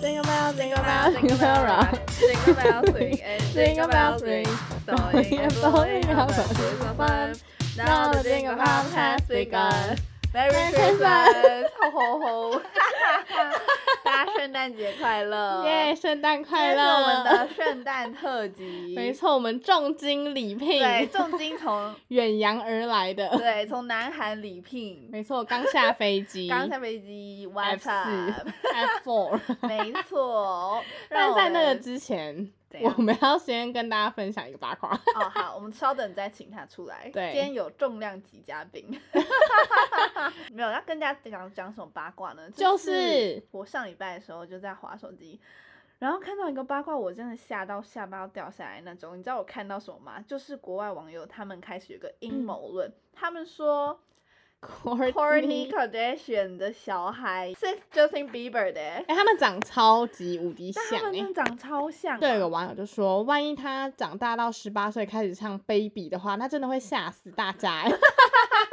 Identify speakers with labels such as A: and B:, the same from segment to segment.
A: Jingle bells,
B: Jingle
A: jingle bell
B: bell
A: rock.
B: rock, jingle bell swing, and
A: Jingle
B: jingle
A: bell
B: bell
A: swing.
B: swing. Snowing and blowing up the trees of fun. Now the jingle pop has begun. Merry Christmas，吼吼吼！ 大家圣诞节快乐！
A: 耶，圣诞
B: 今
A: 快
B: 天是我们
A: 乐！
B: 的圣诞特辑。
A: 没错，我们重金礼聘，
B: 对，重金从
A: 远洋而来的。
B: 对从南韩礼聘，
A: 没错，刚下飞 机，
B: 刚下飞机 w h a
A: F
B: t
A: 四
B: up？
A: F four。
B: 没错。
A: 但
B: 让
A: 在
B: 我
A: 那个
B: 们
A: 之前，
B: 怎
A: 我
B: 样
A: 们要先跟大家分享一个八卦。
B: 哦，好，我们稍等再请他出来。
A: 对
B: 今天有重量级嘉宾。 没有，要跟大家讲讲什么八卦呢？
A: 就是
B: 我上礼拜的时候就在划手机，然后看到一个八卦，我真的吓到下巴要掉下来那种。你知道我看到什么吗？就是国外网友他们开始有个
A: 嗯
B: 阴谋论，他们说 Kourtney
A: Courtney，
B: Kardashian 的小孩是 Justin Bieber 的 欸，
A: 哎，他们长超级无敌
B: 但他
A: 像
B: 们
A: 哎
B: 真。的长超像、啊。
A: 对，有网友就说，万一他长大到十八岁开始唱 Baby 的话，他真的会吓死大家哎。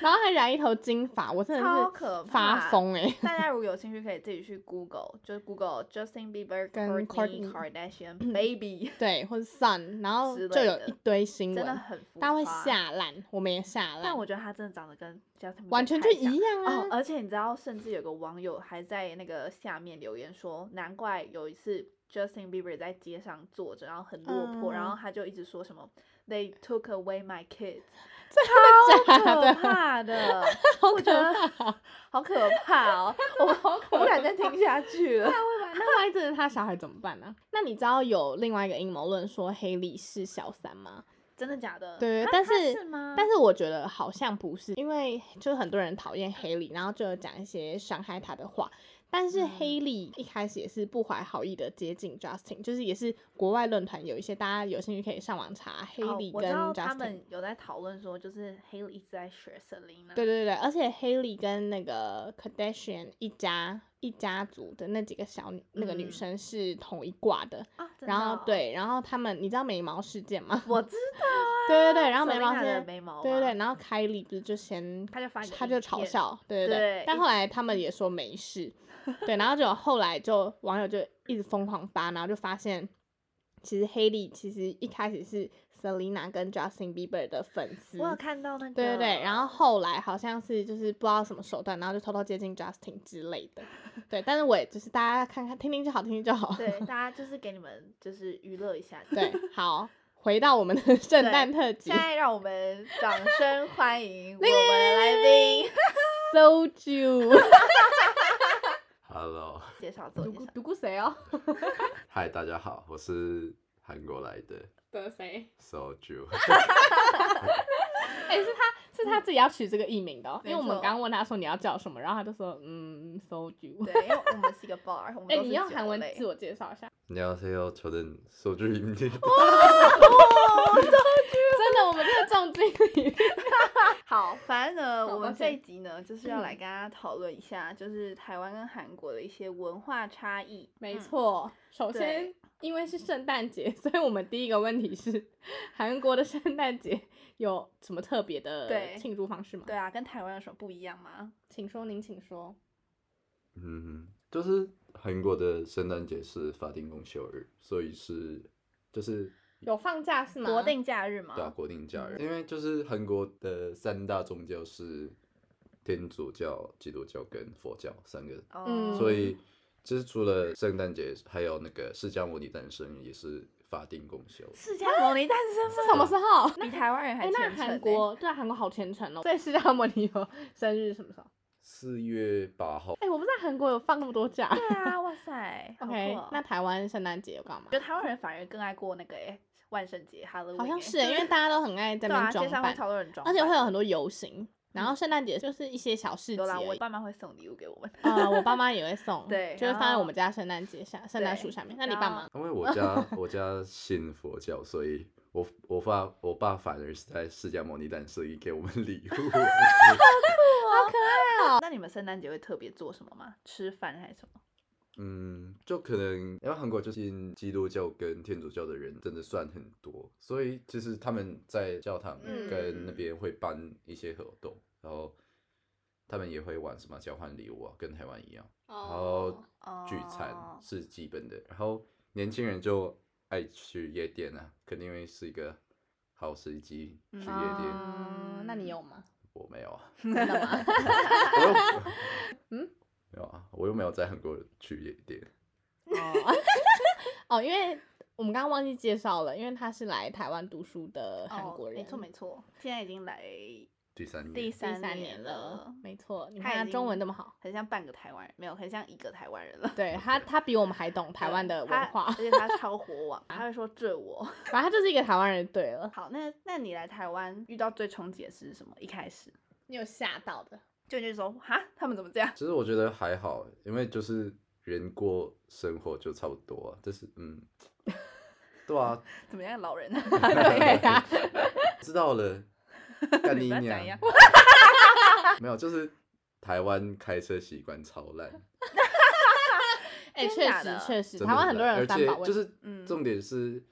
A: 然后还染一头金发，我真的
B: 超
A: 是
B: 可怕，
A: 发疯哎。
B: 大家如果有兴趣，可以自己去 Google，就是 Google Justin Bieber
A: 跟
B: Kourtney
A: Kourtney
B: Kardashian Baby，
A: 对，或者 Sun，然后
B: 之
A: 就
B: 类
A: 有
B: 的
A: 一堆新
B: 真的
A: 闻，
B: 很浮
A: 大家会
B: 夸。
A: 吓烂，我们也吓烂，
B: 但我觉得他真的长得跟 Justin Bieber
A: 完全就
B: 太像
A: 一样啊
B: 哦，，而且你知道，甚至有个网友还在那个下面留言说，难怪有一次 Justin Bieber 在街上坐着，然后很落魄，然
A: 嗯
B: 后他就一直说什么 They took away my kids，
A: 真
B: 好
A: 的
B: 可
A: 假的？
B: 怕的，
A: 好
B: 我觉
A: 可
B: 得
A: 怕哦！
B: 好可怕哦，我我不敢再听下去 了。
A: 那万一真的他小孩怎么办呢、那你知道有另外一个阴谋论说黑莉是小三吗？
B: 真的假的？
A: 对
B: 啊
A: 但
B: 他
A: 是
B: 是吗？
A: 但是我觉得好像不是，因为就是很多人讨厌黑莉，然后就有讲一些伤害她的话。但是
B: 嗯
A: 黑莉一开始也是不怀好意的接近 Justin，就是也是国外论坛有一些大家有兴趣可以上网查黑
B: 哦
A: 莉
B: 我
A: 跟
B: 知道
A: Justin。
B: 他们有在讨论说，就是黑莉一直在学 Selina，
A: 对对对，而且黑莉跟那个 Kardashian 一家一家族的那几个小女那个女
B: 嗯
A: 生是同一挂的，
B: 啊，真
A: 然
B: 的
A: 后
B: 哦，
A: 对，然后他们你知道眉毛事件吗？
B: 我知道啊，
A: 对对对，然后眉毛
B: Selena
A: 事
B: 的
A: 件，
B: 眉毛，啊
A: 对对对，，然后凯莉不是就先
B: 他就发一个
A: 他就
B: 影
A: 嘲
B: 片，
A: 笑，对对
B: 对
A: 但
B: 一
A: 后来他们也说 没事，对，然后就后来就网友就一直疯狂发，然后就发现其实黑莉其实一开始是 Selina 跟 Justin Bieber 的粉丝，
B: 我有看到那个，
A: 对对对，然后后来好像是就是不知道什么手段，然后就偷偷接近 Justin 之类 的，对，但是我也就是大家看看听听就好，听听就好。
B: 对大家就是给你们就是娱乐一下，
A: 对， 好，回到我们的圣诞特辑
B: 现在让我们掌声欢 迎我们的来宾，
A: ，Soju，
C: Hello，
B: 介绍自我介绍，
A: 独孤谁哦？
C: 嗨，大家好，我是韩国来的
A: 的谁？
C: Soju，
A: 哎、是他是他自己要取这个艺名的哦、因为我们
B: 没错
A: 刚问他说你要叫什么，然后他就说嗯，Soju。
B: 对，因为我们是一个 bar，我们
A: 哎、
B: 都
A: 你
B: 是
A: 用
B: 酒
A: 韩文
B: 类
A: 自我介绍一 下。
C: 안녕하세요. 저는 소주입니다.
A: 真的，我们这个重金礼。
B: 好，反正呢，
A: 好
B: 我
A: 抱
B: 们这
A: 歉嗯
B: 一集呢，就是要来跟大家讨论一下，就是台湾跟韩国的一些文化差异。
A: 没
B: 嗯，
A: 错，首先
B: 对
A: 因为是圣诞节，所以我们第一个问题是，韩国的圣诞节有什么特别的
B: 对
A: 庆祝方式吗？
B: 对啊，跟台湾有什么不一样吗？
A: 请说，您请说。
C: 嗯，就是韩国的圣诞节是法定公休日，所以是就是
A: 有放假是吗？
B: 国定假日嘛。
C: 对啊国定假日，因为就是韩国的三大宗教是天主教、基督教跟佛教三个，
B: 哦
A: 嗯
C: 所以就是除了圣诞节，还有那个释迦牟尼诞生日也是法定公休。
B: 释迦牟尼诞生
A: 是什么时候？
B: 吗比台湾人还
A: 哎、
B: 虔
A: 那
B: 诚、欸。
A: 韩国对啊韩国好虔诚哦。所以释迦牟尼佛生日什么时候？
C: 四月八号。
A: 哎、我不知道韩国有放那么多假。
B: 对啊，哇塞好酷
A: OK，
B: 哦
A: 那台湾圣诞节有干嘛
B: 觉？得台湾人反而更爱过那个哎、万圣节、哈喽，
A: 好像是，欸因为大家都很爱在
B: 对
A: 那
B: 啊，
A: 边
B: 街
A: 装
B: 上
A: 扮
B: 会，超多人装
A: 而
B: 扮，嗯
A: 且会有很多游行。然后圣诞节就是一些小事节
B: 有啦，
A: 而已，
B: 我爸妈会送礼物给我们。
A: 呃，我爸妈也会送，
B: 对
A: 就会
B: 然
A: 放在我
B: 后
A: 们家圣诞节下、圣诞树
B: 对
A: 下面。那你
B: 然
A: 爸
B: 后
A: 妈？
C: 因为我家我家信佛教，所以我我爸我爸反而是在释迦牟尼诞生日给我们礼物。
A: 哦
B: 那你们圣诞节会特别做什么吗？吃饭还是什么？
C: 嗯，就可能因为韩国就信基督教跟天主教的人真的算很多，所以其实他们在教堂
A: 嗯
C: 跟那边会办一些活动，然后他们也会玩什么交换礼物啊，跟台湾一样，然后
A: 哦，
C: 聚餐
B: 哦
C: 是基本的。然后年轻人就爱去夜店啊，肯定因为是一个好时机去夜店。
B: 啊
A: 嗯那你有吗？
C: 我没 有啊，
A: 真的吗？
C: 我又
B: 嗯
C: 没有啊，我又没有在韩国去夜店。
A: 哦，哦，因为我们刚刚忘记介绍了，因为他是来台湾读书的韩
B: 哦
A: 国人，
B: 没错没错，现在已经来
C: 第三年，
B: 第
A: 第
B: 三
A: 三
B: 年
A: 年了，没错。你
B: 他
A: 看
B: 已
A: 他中文
B: 经
A: 这么好，
B: 很像半个台湾人，没有，很像一个台湾人了。
A: 对他，他比我们还懂台湾的
B: 对嗯他
A: 文化啊
B: 而，且他超火 网，他会说这我。
A: 反正他就是一个台湾人。对了，
B: 好，那那你来台湾遇到最冲击的是什么？一开始
A: 你有吓到的？
B: 就就说哈，他们怎么这样？
C: 其实我觉得还好，因为就是人过生活就差不多啊，就是嗯，对啊，
B: 怎么样，老人？ 啊
A: 对啊呀，
C: 知道了，干
B: 你
C: 你
B: 不要讲一
C: 娘
B: 样，
C: 没有，就是台湾开车习惯超烂，
A: 哎，
B: 真
A: 确
B: 假
A: 实
B: 的
A: 确实，
C: 真的
A: 台湾很多人
C: 烂
A: 有
C: 而
A: 三宝
C: 且
A: 问
C: 就
A: 题，
C: 是
B: 嗯
C: 重点是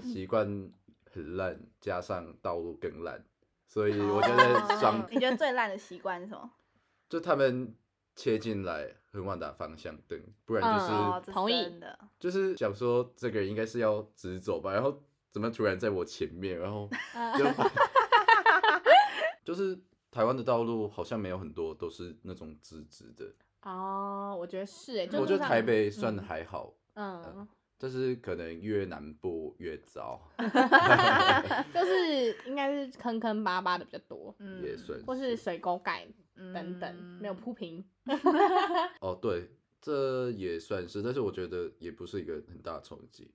C: 习惯很烂，加上道路更烂，所以我觉得
B: 哦
C: 双
B: 你觉得最烂的习惯是什么？
C: 就他们切进来很晚打方向灯，不然就
A: 嗯
C: 是、
B: 哦，这
A: 同意
B: 真的。
C: 就是想说这个人应该是要直走吧，然后怎么突然在我前面，然后
A: 呃
C: 就就是台湾的道路好像没有很多都是那种直直的，
A: 哦，我觉得是哎，就
C: 我
A: 路
C: 觉得
A: 上
C: 台北算
A: 嗯
C: 还好，
A: 嗯，
C: 但是可能越南部越糟，
A: 嗯就是应该是坑坑巴巴的比较多，
B: 嗯
C: 也算
A: 或是水沟盖等等，没有
B: 嗯
A: 铺平。
C: 哦，对，这也算是，但是我觉得也不是一个很大的冲击，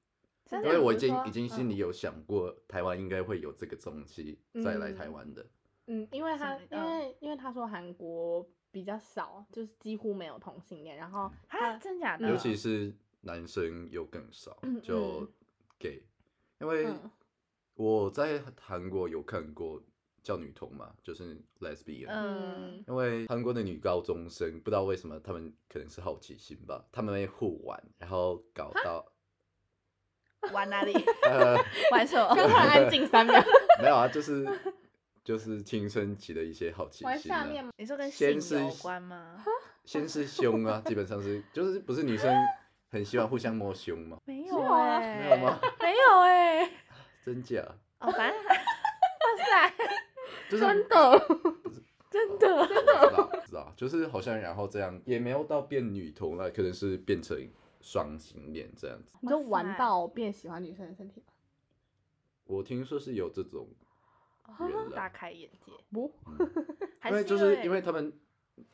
B: 真
C: 因
B: 的
C: 为
B: 不
C: 我
B: 是
C: 已经
B: 说嗯
C: 已经心里有想过台湾应该会有这个东西再来台
A: 嗯
C: 湾的，
A: 嗯，因为
B: 什
A: 他
B: 么
A: 因
B: 嗯
A: 为因为他说韩国比较少，就是几乎没有同性恋，然后
B: 哈，真假的？
C: 尤其是男生又更少
A: 嗯，
C: 就
A: 嗯
C: gay，因为
A: 嗯
C: 我在韩国有看过叫女同嘛，就是 lesbian，
B: 嗯，
A: 嗯
C: 因为韩国的女高中生不知道为什么，她们可能是好奇心吧，她们会互玩，然后搞到
B: 玩哪里？
C: 呃
B: 玩什么？
A: 刚突然安静三 秒，
C: 没有啊，就是就是青春期的一些好奇
A: 玩
C: 心、
A: 下面
C: 啊。
A: 吗？
B: 你说跟性
C: 先是
B: 有关吗？
C: 先是胸 啊，基本上是就是不是女生很喜欢互相摸胸吗？
B: 没
A: 有
B: 有
A: 啊
B: 哎，
C: 没有吗？
B: 没有哎。
C: 真假？
B: 哦，反正 哇塞，
C: 就是
A: 真的，
B: 真的。
C: 不知道不知道，就是好像然后这样也没有到变女同了，可能是变成双性恋这样子。
A: 你就
B: 哇
A: 玩
B: 塞
A: 到变喜欢女生的身体吗？
C: 我听说是有这种嗯人
B: 哦大
C: 了，
B: 开眼界，
A: 不，
B: 还
C: 因为
B: 是
C: 就是因为他们，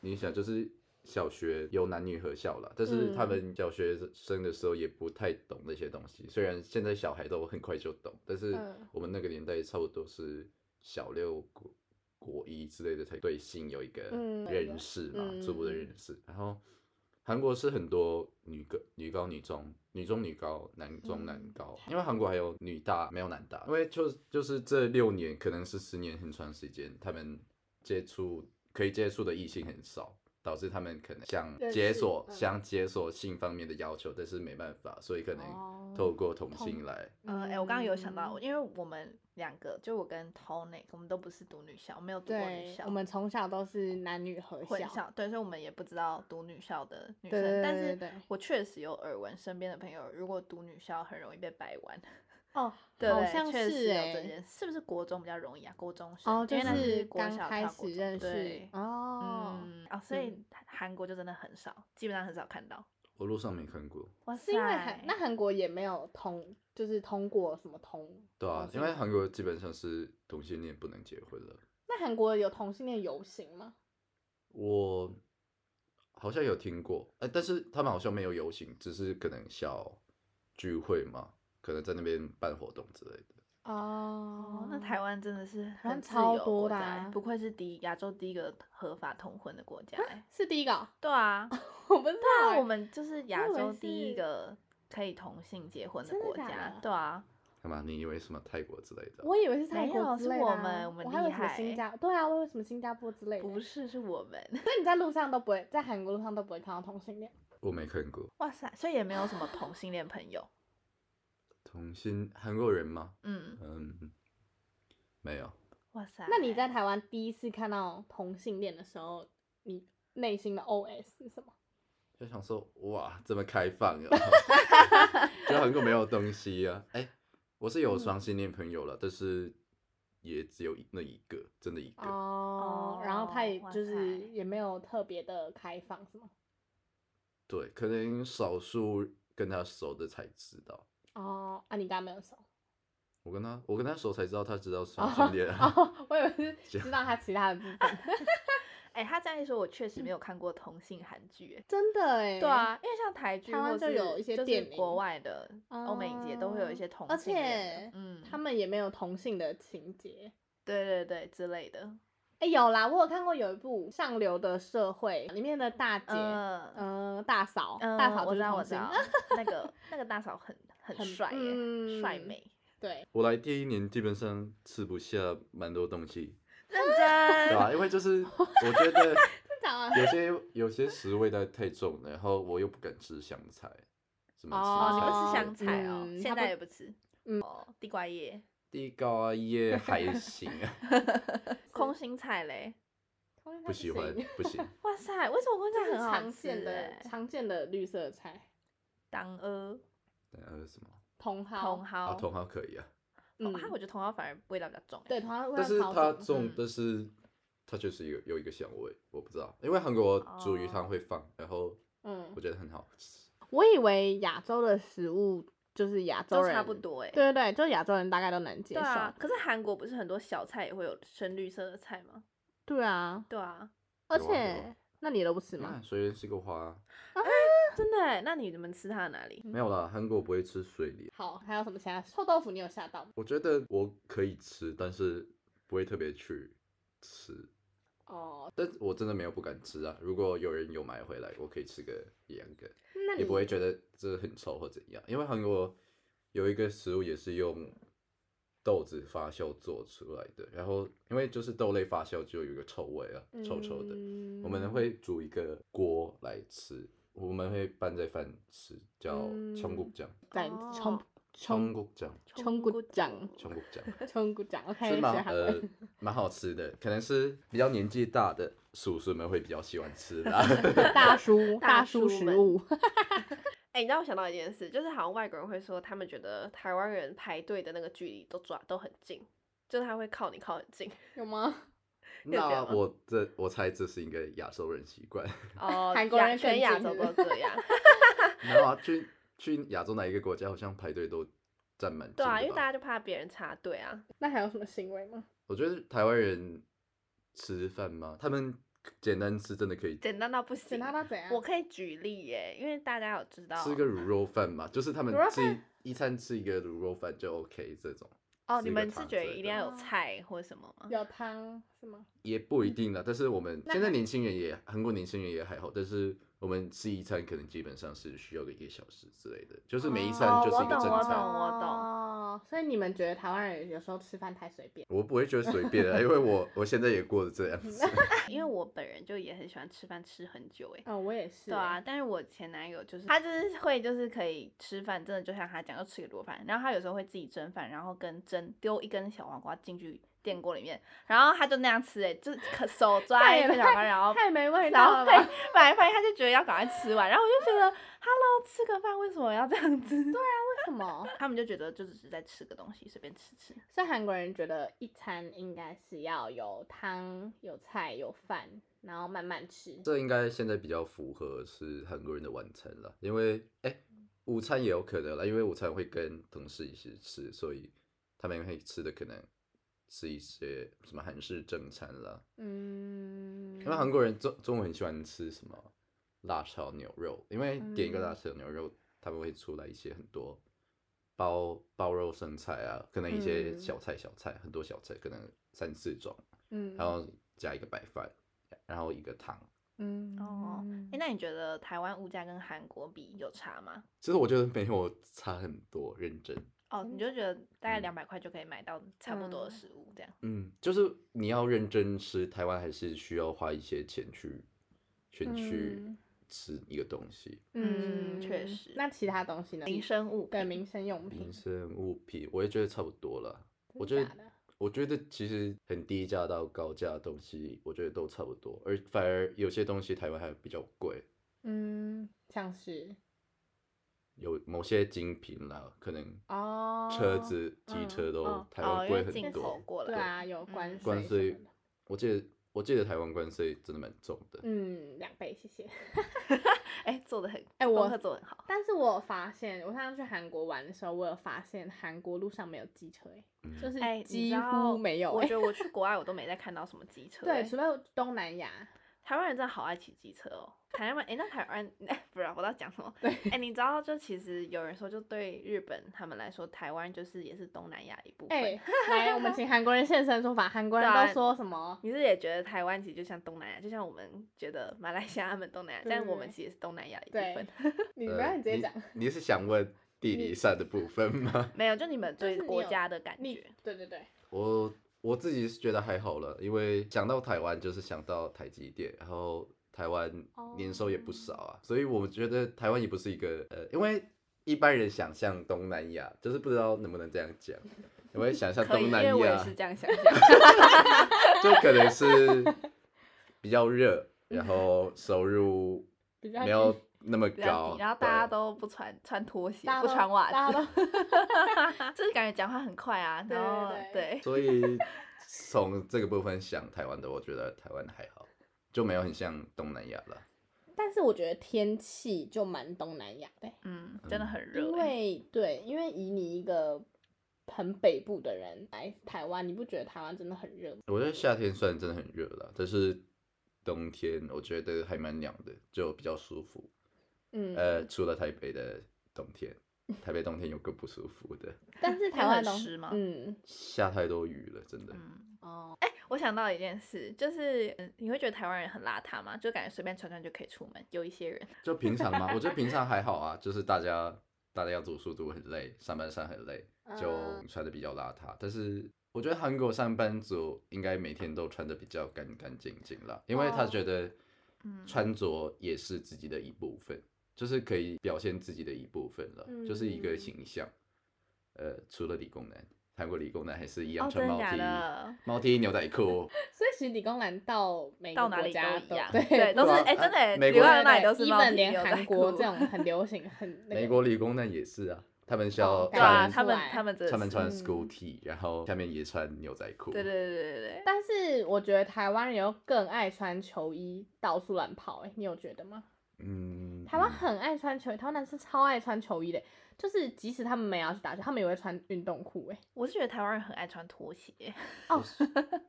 C: 你想就是小学有男女合校了，但是他
A: 嗯
C: 们小学生的时候也不太懂那些东西。虽然现在小孩都很快就懂，但是
A: 嗯
C: 我们那个年代差不多是小六国国一之类的才对性有一个
A: 嗯
C: 认识嘛，
A: 嗯
C: 初步的
A: 嗯
C: 认识。然后韩国是很多女高、女高、女中、女中、女高、男中、男
B: 嗯
C: 高，因为韩国还有女大没有男大，因为就就是这六年可能是十年很长时间，他们接触可以接触的异性很少。导致他们可能想
A: 认
C: 解
A: 识
C: 锁、
A: 嗯
C: 想解锁性方面的要求，但是没办法，所以可能
A: 哦
C: 透过同
A: 同
C: 性来
B: 嗯，哎、我刚刚有想到，
A: 嗯
B: 因为我们两个，就我跟 Tony，我们都不是读女校，没有读过女
A: 对
B: 校，，
A: 我们从小都是男女合
B: 混
A: 校，
B: 校，对，所以我们也不知道读女校的女
A: 对
B: 生。
A: 对
B: 但
A: 对
B: 是
A: 对对
B: 我确实有耳闻，身边的朋友如果读女校，很容易被掰弯。
A: 哦，
B: 对不
A: 好
B: 对，
A: 像
B: 确实
A: 是
B: 有
A: 哎、
B: 这件，是不是国中比较容易啊？国中生
A: 哦，就
B: 因为那
A: 是
B: 国
A: 刚
B: 小
A: 开
B: 跳国
A: 始
B: 中
A: 认识
B: 对，
A: 哦，
B: 嗯，哦，所以
A: 嗯
B: 韩韩国就真的很少，基本上很少看到。
C: 我路上没看过。
B: 哇塞，
A: 是因为韩那韩国也没有通，就是通过什么同，
C: 对啊，
A: 同
C: 因
A: 性
C: 为韩国基本上是同性恋不能结婚了。
A: 那韩国有同性恋游行吗？
C: 我好像有听过，哎、但是他们好像没有游行，只是可能小聚会嘛，可能在那边办活动之类的。
A: 哦
B: 哦，那台湾真的是
A: 湾
B: 很自
A: 超
B: 由的
A: 多
B: 国
A: 的
B: 家欸
A: 啊
B: 不愧是第一亚洲第一个合法同婚的国家 欸。
A: 是第一个哦、
B: 对 啊，
A: 我不知道
B: 那
A: 欸
B: 我们就是亚
A: 我以为
B: 洲第一
A: 是
B: 个可以同性结婚
A: 真的
B: 国
A: 假
B: 家
A: 的。
B: 对啊，
C: 干嘛？你以为什么泰国之类的？啊
A: 我以为是泰
B: 没
A: 国
B: 有
A: 之
B: 是
A: 类的
B: 我
A: 啊
B: 们我们
A: 还以
B: 厉
A: 为什么
B: 害欸
A: 新加对啊，我以为什么新加坡之类的。
B: 不是是我 们。
A: 所以你在路上都不会，在韩国路上都不会看到同性恋。
C: 我没看过
B: 哇塞，所以也没有什么同性恋朋友。
C: 同性韩国人吗？
B: 嗯，
C: 嗯，没有。
B: 哇塞。
A: 那你在台湾第一次看到同性恋的时候，你内心的 OS 是什么？
C: 就想说哇，这么开放啊， 就很久没有东西啊。哎、我是有双性恋朋友了，但是也只有一那一个，真的一个。
A: 哦，然后他也
B: 哇
A: 就是
B: 塞
A: 也没有特别的开放，是吗？
C: 对，可能少数跟他熟的才知道。
A: 哦，啊，你刚刚没有熟。
C: 我跟他，我跟他熟才知道他知道双性恋、啊。
A: 哦，我以为是知道他其他的部分，
B: 哎、他这样一说，我确实没
A: 嗯
B: 有看过同性韩剧、哎
A: 真的哎。
B: 对，啊，因为像台剧
A: 台湾
B: 或
A: 就是有一些
B: 就
A: 电
B: 是
A: 影
B: 国外的欧美影集都会有一些
A: 哦
B: 同
A: 而
B: 性恋
A: 且
B: 的，嗯，
A: 他们也没有同性的情节。
B: 对对对之类的，
A: 哎，有啦，我有看过有一部《上流的社会》，里面的大姐，
B: 嗯
A: 呃，大嫂，
B: 嗯，
A: 大嫂
B: 我
A: 就
B: 知
A: 是
B: 道我
A: 同
B: 知
A: 性，
B: 道那个那个大嫂很很
A: 很
B: 帅耶，帅
A: 嗯
B: 美，
A: 对，
C: 我来第一年基本上吃不下蛮多东西，
B: 认
C: 对啊
B: 真，
C: 吧、因 为就是我觉得
A: 真的啊
C: 有些有些食味道太重了，然后我又不敢吃香菜，什么
B: 哦，
A: 哦
B: 你
C: 芹菜、
B: 不吃香菜哦，
A: 嗯
B: 现
A: 他不
B: 在也不吃，
A: 嗯
B: 哦，地瓜叶、
C: 地瓜 叶还行啊，
B: 空心菜嘞，
A: 同性恋
C: 不喜欢
A: 行
C: 不行。
B: 哇塞，为什么空心
A: 这
B: 菜
A: 是
B: 很好
A: 常
B: 吃
A: 见的
B: 哎？
A: 常见的绿色菜，
B: 当呃
C: 啊还有什么？
A: 茼
B: 茼
A: 蒿，哦
C: 啊，
B: 蒿，
C: 茼蒿可以啊，
A: 嗯
B: 哦，啊，我觉得茼蒿反而味道比较重，，欸
A: 对，茼蒿味
C: 但
A: 道
C: 是
A: 超
C: 它
A: 重
C: 重
B: 嗯，
C: 但是它就是有有一个香味，我不知道，因为韩国煮鱼汤
B: 哦
C: 会放，然后
A: 嗯
C: 我，觉得很好吃。
A: 我以为亚洲的食物就是亚洲
B: 都
A: 人
B: 差不。多哎。
A: 对对对，就亚洲人大概都能接
B: 对
A: 受。
B: 啊，可是韩国不是很多小菜也会有深绿色的菜吗？
A: 对啊，
B: 对啊，
A: 而
C: 有啊有啊
A: 且那你都不吃
C: 你看，
A: 吗？
C: 水莲是个花，
B: 真的哎，那你们吃它的哪里？
C: 没有啦，韩国不会吃水莲。
A: 好，还有什么其他？臭豆腐你有吓到吗？
C: 我觉得我可以吃，但是不会特别去吃。
A: 哦，
C: 但我真的没有不敢吃啊！如果有人有买回来，我可以吃个一两个，
A: 那你
C: 也不会觉得这很臭或怎样。因为韩国有一个食物也是用豆子发酵做出来的，然后因为就是豆类发酵就有一个臭味啊，臭臭
A: 嗯
C: 的。我们会煮一个锅来吃，我们会拌在饭吃，叫
A: 嗯
C: 청국장，
A: 在
B: 哦
A: 冲
C: 청국
A: 冲
C: 장，
A: 冲骨酱
C: 청국장。
A: 冲鼓掌，OK，
C: 是
A: 学
C: 蛮
A: 韩
C: 呃
A: 文。
C: 蛮好吃的，可能是比较年纪大的叔叔们会比较喜欢吃 啦。
A: 大叔，
B: 大
A: 大
B: 叔
A: 叔食
B: 们
A: 物，
B: 哎、你让我想到一件事，就是好像外国人会说，他们觉得台湾人排队的那个距离都抓都很近，就是他会靠你靠很近。
A: 有吗？
B: 这
C: 那
B: 样吗
C: 我这我猜这是一个亚洲人习惯。
B: 哦，
A: 韩国
B: 亚
A: 人
B: 全
A: 更
B: 亚
A: 近
B: 洲
A: 是
B: 都
A: 不
B: 这样。
C: 然后啊去去亚洲哪一个国家，好像排队都站满。
B: 对啊，因为大
C: 家
B: 家
A: 哦
B: 就怕别人插队啊。
A: 那还有什么行为吗？
C: 我觉得台湾人吃饭嘛，他们简单吃真的可以
B: 简单到不行。
A: 简单到怎样？
B: 我可以举例耶，因为大家有知道
C: 吃个卤肉饭嘛，就是他们
A: 卤肉
C: 自己
A: 饭
C: 一餐吃一个卤肉饭就 OK 这种。
B: 哦，
C: 吃
B: 你
C: 一个
B: 们是
C: 汤
B: 觉得
C: 之类
B: 一
C: 的
B: 定要有
A: 哦
B: 菜或什么吗？
A: 有汤是吗？
C: 也不一定啦，但是我们
A: 那
C: 现在
A: 还
C: 年轻人也，韩国年轻人也还好，但是我们吃一餐可能基本上是需要个一个小时之类的，就是每一餐
B: 哦
C: 就是
B: 我
C: 一个
B: 懂
C: 正
B: 我
C: 餐。
B: 懂我懂
A: 哦，所以你们觉得台湾人有时候吃饭太随便？
C: 我不会觉得随便啊，因为我我现在也过得这样 子。
B: 因为我本人就也很喜欢吃饭，吃很久哎。
A: 嗯，我也是。
B: 对啊，，但是我前男友就是他就是会就是可以吃饭，真的就像他讲，就吃个多饭。然后他有时候会自己蒸饭，然后跟蒸丢一根小黄瓜进去电锅里面，然后他就那样吃、哎，就是可手抓
A: 太
B: 一根小黄瓜，然后
A: 太没味
B: 然
A: 道
B: 后
A: 了
B: 对
A: 吧？，
B: 摆一摆，他就觉得要赶快吃完。然后我就觉得，Hello，吃个饭为什么要这样子？ 对啊，
A: 为什么？
B: 他们就觉得就只是在吃个东西，随便吃吃。
A: 所以韩国人觉得一餐应该是要有汤、有菜、有饭，然后慢慢吃。
C: 这应该现在比较符合是韩国人的晚餐了，因为哎、午餐也有可能啦，因为午餐会跟同事一起吃，所以他们会吃的可能是一些什么韩式正餐啦。
A: 嗯，
C: 因为韩国人中中午很喜欢吃什么辣炒牛肉，因为
A: 嗯
C: 点一个辣炒牛肉，他们会出来一些很多包包肉生菜啊，可能一些
A: 嗯
C: 小菜小菜，很多小菜，可能三四种，
A: 嗯，
C: 然后加一个白饭，然后一个汤。
A: 嗯
B: 哦哎、那你觉得台湾物价跟韩国比有差吗？
C: 其实我觉得没有差很多，认真。
B: 哦，
A: 真
B: 你就觉得大概
C: 嗯
B: 两百块就可以买到差不多的
A: 嗯
B: 食物这样？
C: 嗯，就是你要认真吃，台湾还是需要花一些钱去，先去
A: 嗯
C: 吃一个东西。
B: 嗯确实
A: 那其他东西呢？
B: 民生物
A: 对
B: 品
A: 民生用品
C: 民，生物品，我也觉得差不多了。我觉
A: 真
C: 得
A: 假的
C: 我觉得其实很低价到高价的东西，我觉得都差不多，而反而有些东西台湾还比较贵，
A: 嗯，像是
C: 有某些精品啦，可能
A: 哦，
C: 车子、机
A: 嗯
C: 车都、
B: 嗯
C: 台
B: 哦
C: 湾
B: 因
C: 贵
B: 为进
C: 很
B: 口
C: 多。
B: 过
A: 对
B: 来，
A: 啊，有关
B: 嗯
A: 税
C: 关
A: 什
C: 税
A: 么的，
C: 我记得我记得台湾关税真的蛮重的。
A: 嗯，两倍，谢谢。
B: 哎、做的很，
A: 哎
B: 功
A: 我
B: 课做的很好，
A: 但是我有发现，我上次去韩国玩的时候，我有发现韩国路上没有机车、欸，
C: 嗯
A: 就是
B: 哎、你知
A: 几
B: 道
A: 乎没 有、
B: 我
A: 欸
B: 觉得我去国外我都没再看到什么机车、
A: 对，
B: 哎
A: 除了东南亚，
B: 台湾人真的好爱骑机车哦。台湾哎、那台湾不是啊我在讲什么？
A: 对
B: 哎、你知道就其实有人说，就对日本他们来说，台湾就是也是东南亚一部分。
A: 哎、来，我们请韩国人现身说法。韩国人
B: 对啊
A: 都说什么？
B: 你是也觉得台湾其实就像东南亚，就像我们觉得马来西亚他们东南亚，
A: 对
B: 但
A: 对
B: 我们
A: 对
B: 其实是东南亚一部
A: 对
B: 分。
A: 你
C: 呃
A: 不要，你直接讲。
C: 你是想问地理上的部分吗？
B: 没有，就你们
A: 就
B: 对
A: 是你
B: 国
A: 有
B: 家的感
A: 你
B: 觉。
A: 对对对，
C: 我我自己是觉得还好了，因为想到台湾就是想到台积电，然后台湾
B: 哦
C: 年收也不少啊所以我觉得台湾也不是一个呃，因为一般人想象东南亚，就是不知道能不能这样讲， 因为想象
B: 可以，
C: 东
B: 因
C: 南
B: 为我也
C: 亚
B: 是这样 想象。
C: 就可能是比较热，然后收入
A: 比较
C: 没有那么
B: 比较
C: 高
B: 低，，然后大家
C: 对啊
B: 都不穿穿拖鞋
A: 大，家
B: 不
A: 都
B: 穿袜
A: 大
B: 子，
A: 家 都
B: 就是感觉讲话很快啊，
A: 对
B: 然后
A: 对
B: 对，
C: 所以从这个部分想台湾的，我觉得台湾还好，就没有很像东南亚了。
A: 但是我觉得天气就蛮东南亚的欸、
B: 嗯，真的
C: 嗯
B: 很热
A: 因
B: 欸。
A: 为对，因为以你一个很北部的人来台湾，你不觉得台湾真的很热吗？
C: 我觉得夏天虽然真的很热了，但是冬天我觉得还蛮凉的，就比较舒服。
A: 嗯，
C: 呃，除了台北的冬天，台北冬天有个不舒服的，
A: 但是台
B: 会
A: 湾
B: 很
A: 的
B: 湿吗
A: 嗯，
C: 下太多雨了，真的。
B: 嗯，
A: 哦，
B: 我想到一件事，就是嗯你会觉得台湾人很邋遢吗？就感觉随便穿穿就可以出门。有一些人，
C: 就平常嘛，我觉得平常还好啊，就是大家大家要读书读很累，上班上很累，就
A: 嗯
C: 穿的比较邋遢。但是我觉得韩国上班族应该每天都穿的比较干干净净啦，因为他
A: 哦
C: 觉得
B: 嗯
C: 穿着也是自己的一部分，就是可以表现自己的一部分了，就是一个
A: 嗯
C: 形象。呃，除了理工男，韩国理工男还是一样
B: 哦，
C: 穿
B: 真的
C: 毛
B: 假
C: 衣、
B: 的？
C: 毛 T 牛仔裤，
A: 所以其实理工男到每
B: 到
A: 个
B: 哪
A: 国
B: 里都
A: 家
B: 一样，
A: 对
B: 对，都是
C: 对啊
B: 哎，真的
C: 啊
B: 欸，
C: 美
B: 流
C: 国
B: 浪那里都是
A: 一
B: 猫
A: 本
B: 皮
A: 连
B: 牛
A: 韩
B: 仔
A: 国
B: 裤。
A: 这种 很流行，很那
C: 美
A: 个
C: 国理工男也是啊，他们需要
A: 哦
B: 对
A: 感
B: 啊，
A: 觉
B: 他
A: 出
B: 们
A: 来
B: 他们真的
C: 他们
B: 是
C: 穿
A: 嗯
C: school T，然后下面也穿牛仔裤。
B: 对对对对对对。
A: 但是我觉得台湾人又更爱穿球衣到处乱跑、欸，你有觉得吗？
C: 嗯，
A: 台湾
C: 嗯
A: 很爱穿球衣，台湾男生超爱穿球衣的欸、就是即使他们没有要去打球，他们也会穿运动裤、欸。
B: 我是觉得台湾人很爱穿拖鞋，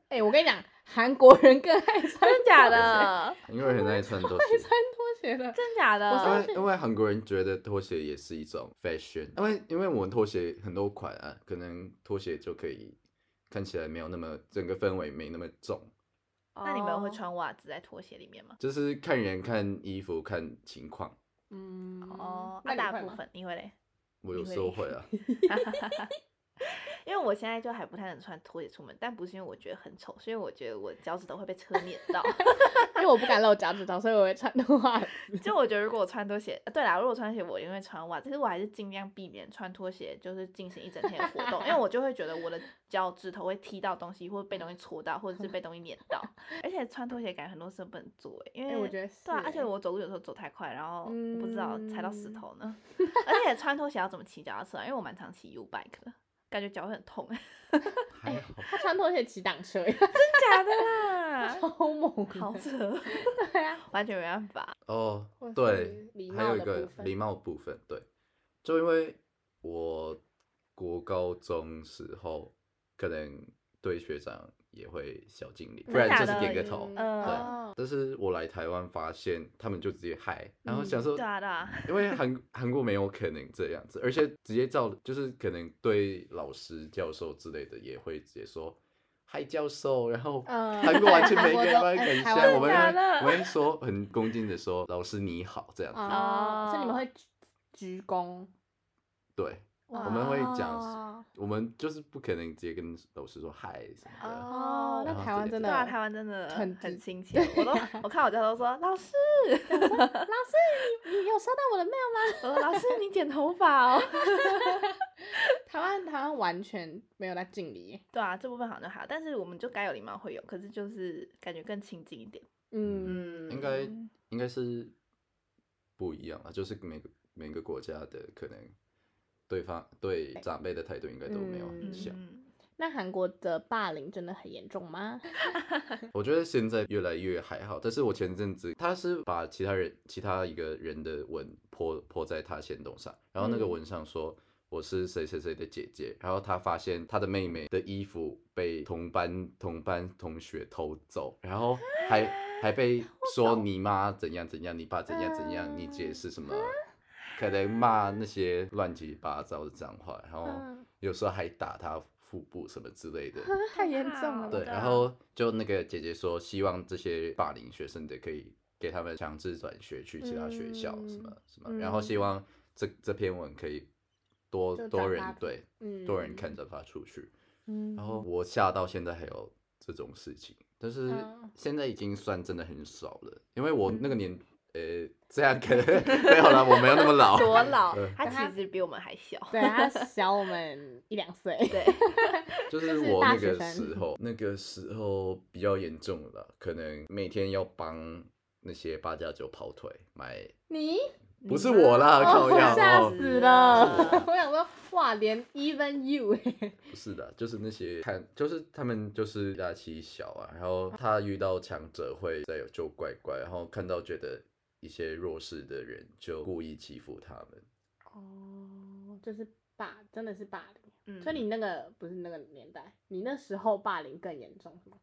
A: 哎、我跟你讲，韩国人更爱穿
B: 真假的？
C: 嗯因为很爱穿拖
A: 爱
C: 鞋
A: 穿，拖鞋的，
B: 真假的？
A: 我
C: 因
A: 上
C: 为因为韩国人觉得拖鞋也是一种 fashion，因为因为我们拖鞋很多款啊，可能拖鞋就可以看起来没有那么整个氛围没那么重，
B: 那你们会
A: 哦？
B: 穿袜子在拖鞋里面吗？
C: 就是看人看衣服看情况，
A: 嗯，
B: 哦，
A: 那
B: 那大
A: 你会
B: 部
A: 吗
B: 分你会嘞？
C: 我有
B: 你会
C: 时候会啊，
B: 因为我现在就还不太能穿拖鞋出门，但不是因为我觉得很丑，是因为我觉得我脚趾头会被车碾 到。
A: 因为我不敢露脚趾头，所以我会穿袜子。
B: 就我觉得如果我穿拖鞋，呃对啦，如果我穿鞋我一定会穿袜子，可是我还是尽量避免穿拖鞋，就是进行一整天的活动，因为我就会觉得我的脚趾头会踢到东西，或者被东西戳到，或者是被东西碾 到。而且穿拖鞋感觉很多事不能做欸，因为、
A: 哎我觉得
B: 对啊，
A: 是
B: 而且
A: 欸
B: 我走路有时候走太快，然后我不知道踩到石
A: 嗯
B: 头呢。 而且穿拖鞋要怎么骑脚踏车啊？因为我蛮常骑 U bike 的，感觉脚会很痛。欸
C: 还好。
A: 他穿拖鞋骑挡车，
B: 假的啦，
A: 超猛的，
B: 好扯，
A: 对啊。
B: 完全没办法。
C: 哦
A: 或，
C: 对
A: 是礼，
C: 还
A: 貌
C: 有一
A: 的
C: 个
A: 部分
C: 礼貌部分，对，就因为我国高中时候可能对学长也会小敬礼，不
B: 真
C: 然
B: 假
C: 就是
B: 的
C: 点个
B: 嗯
C: 头。
B: 嗯
C: 对
A: 哦，
C: 但是我来台湾发现他们就直接嗨，然后
A: 嗯
C: 想说，
B: 对啊对啊，
C: 因为韩韩国没有可能这样子，而且直接照就是可能对老师、教授之类的也会直接说嗨教授，然后
A: 嗯
C: 韩国完全没
A: 韩国
C: 给
A: 都
C: 湾
A: 呃
C: 很
A: 台
C: 像，
A: 湾
C: 我们
B: 假
C: 会
B: 的
C: 我们会说很恭敬的说老师你好这样子，
A: 哦，所以你
B: 嗯
A: 们
B: 哦
A: 会鞠鞠躬，
C: 对，
B: 我
C: 我们会讲
A: 哦
C: 我们就是不可能直接跟老师说嗨什么的。
A: 哦，那
C: 然后
A: 台湾
C: 这
A: 真
C: 里
B: 对
A: 的
B: 啊，台湾真的
A: 很
B: 很
A: 直
B: 亲 切。我都我看我家都说老师，
A: 老师，你你有收到我的 mail 吗？
B: 我说老师你剪头发哦。
A: 台湾台湾完全没有在敬礼耶，
B: 对啊，这部分好像还好，但是我们就该有礼貌会有，可是就是感觉更亲近一点。
A: 嗯，
B: 嗯，
C: 应该应该是不一样啊，就是每个每个国家的可能对方对长辈的态度应该都没有很
A: 嗯
C: 像。
B: 嗯，
A: 那韩国的霸凌真的很严重吗？
C: 我觉得现在越来越还好，但是我前阵子他是把其他人其他一个人的文泼泼在他行动上，然后那个
A: 嗯
C: 文上说。我是谁谁谁的姐姐，然后他发现他的妹妹的衣服被同班同班同学偷走，然后还
A: 啊
C: 还被说你妈怎样怎样，你爸怎样怎样，你
A: 嗯
C: 姐是什么，可能骂那些乱七八糟的脏话，然后
A: 嗯
C: 有时候还打他腹部什么之类的，
A: 太严重了吧，
C: 对，然后就那个姐姐说，希望这些霸凌学生的可以给他们强制转学去其他学校
A: 嗯
C: 什么、什么，然后希望这这篇文可以多
A: 就
C: 多
A: 转
C: 人
A: 发
C: 对
A: 嗯
C: 多人看，转发出去。
A: 嗯，
C: 然后我吓到现在还有这种事情，但是
A: 嗯
C: 现在已经算真的很少了，因为我那个年呃这样可能 没有了，我没有那么老，
B: 多老
C: 对，
B: 他
A: 但他
B: 其实比我们还小。
A: 对他小我们一两岁，
B: 对，
C: 就是
A: 就是
C: 我
A: 大
C: 那
A: 学
C: 个
A: 生
C: 时候，那个时候比较严重了，可能每天要帮那些八加九跑腿买，
A: 你
C: 不是
B: 你妈
C: 我啦，靠
A: 哦
C: 腰
A: 吓
C: 哦，
A: 死了
B: 哦！
A: 我想说，哇，连 even you，哎
C: 不是的，就是那些看，就是他们就是假期小啊，然后他遇到强者会再有就怪怪，然后看到觉得一些弱势的人就故意欺负他们，
A: 哦，就是霸，真的是霸凌。
B: 嗯
A: 所以你那个不是那个年代，你那时候霸凌更严重是吗？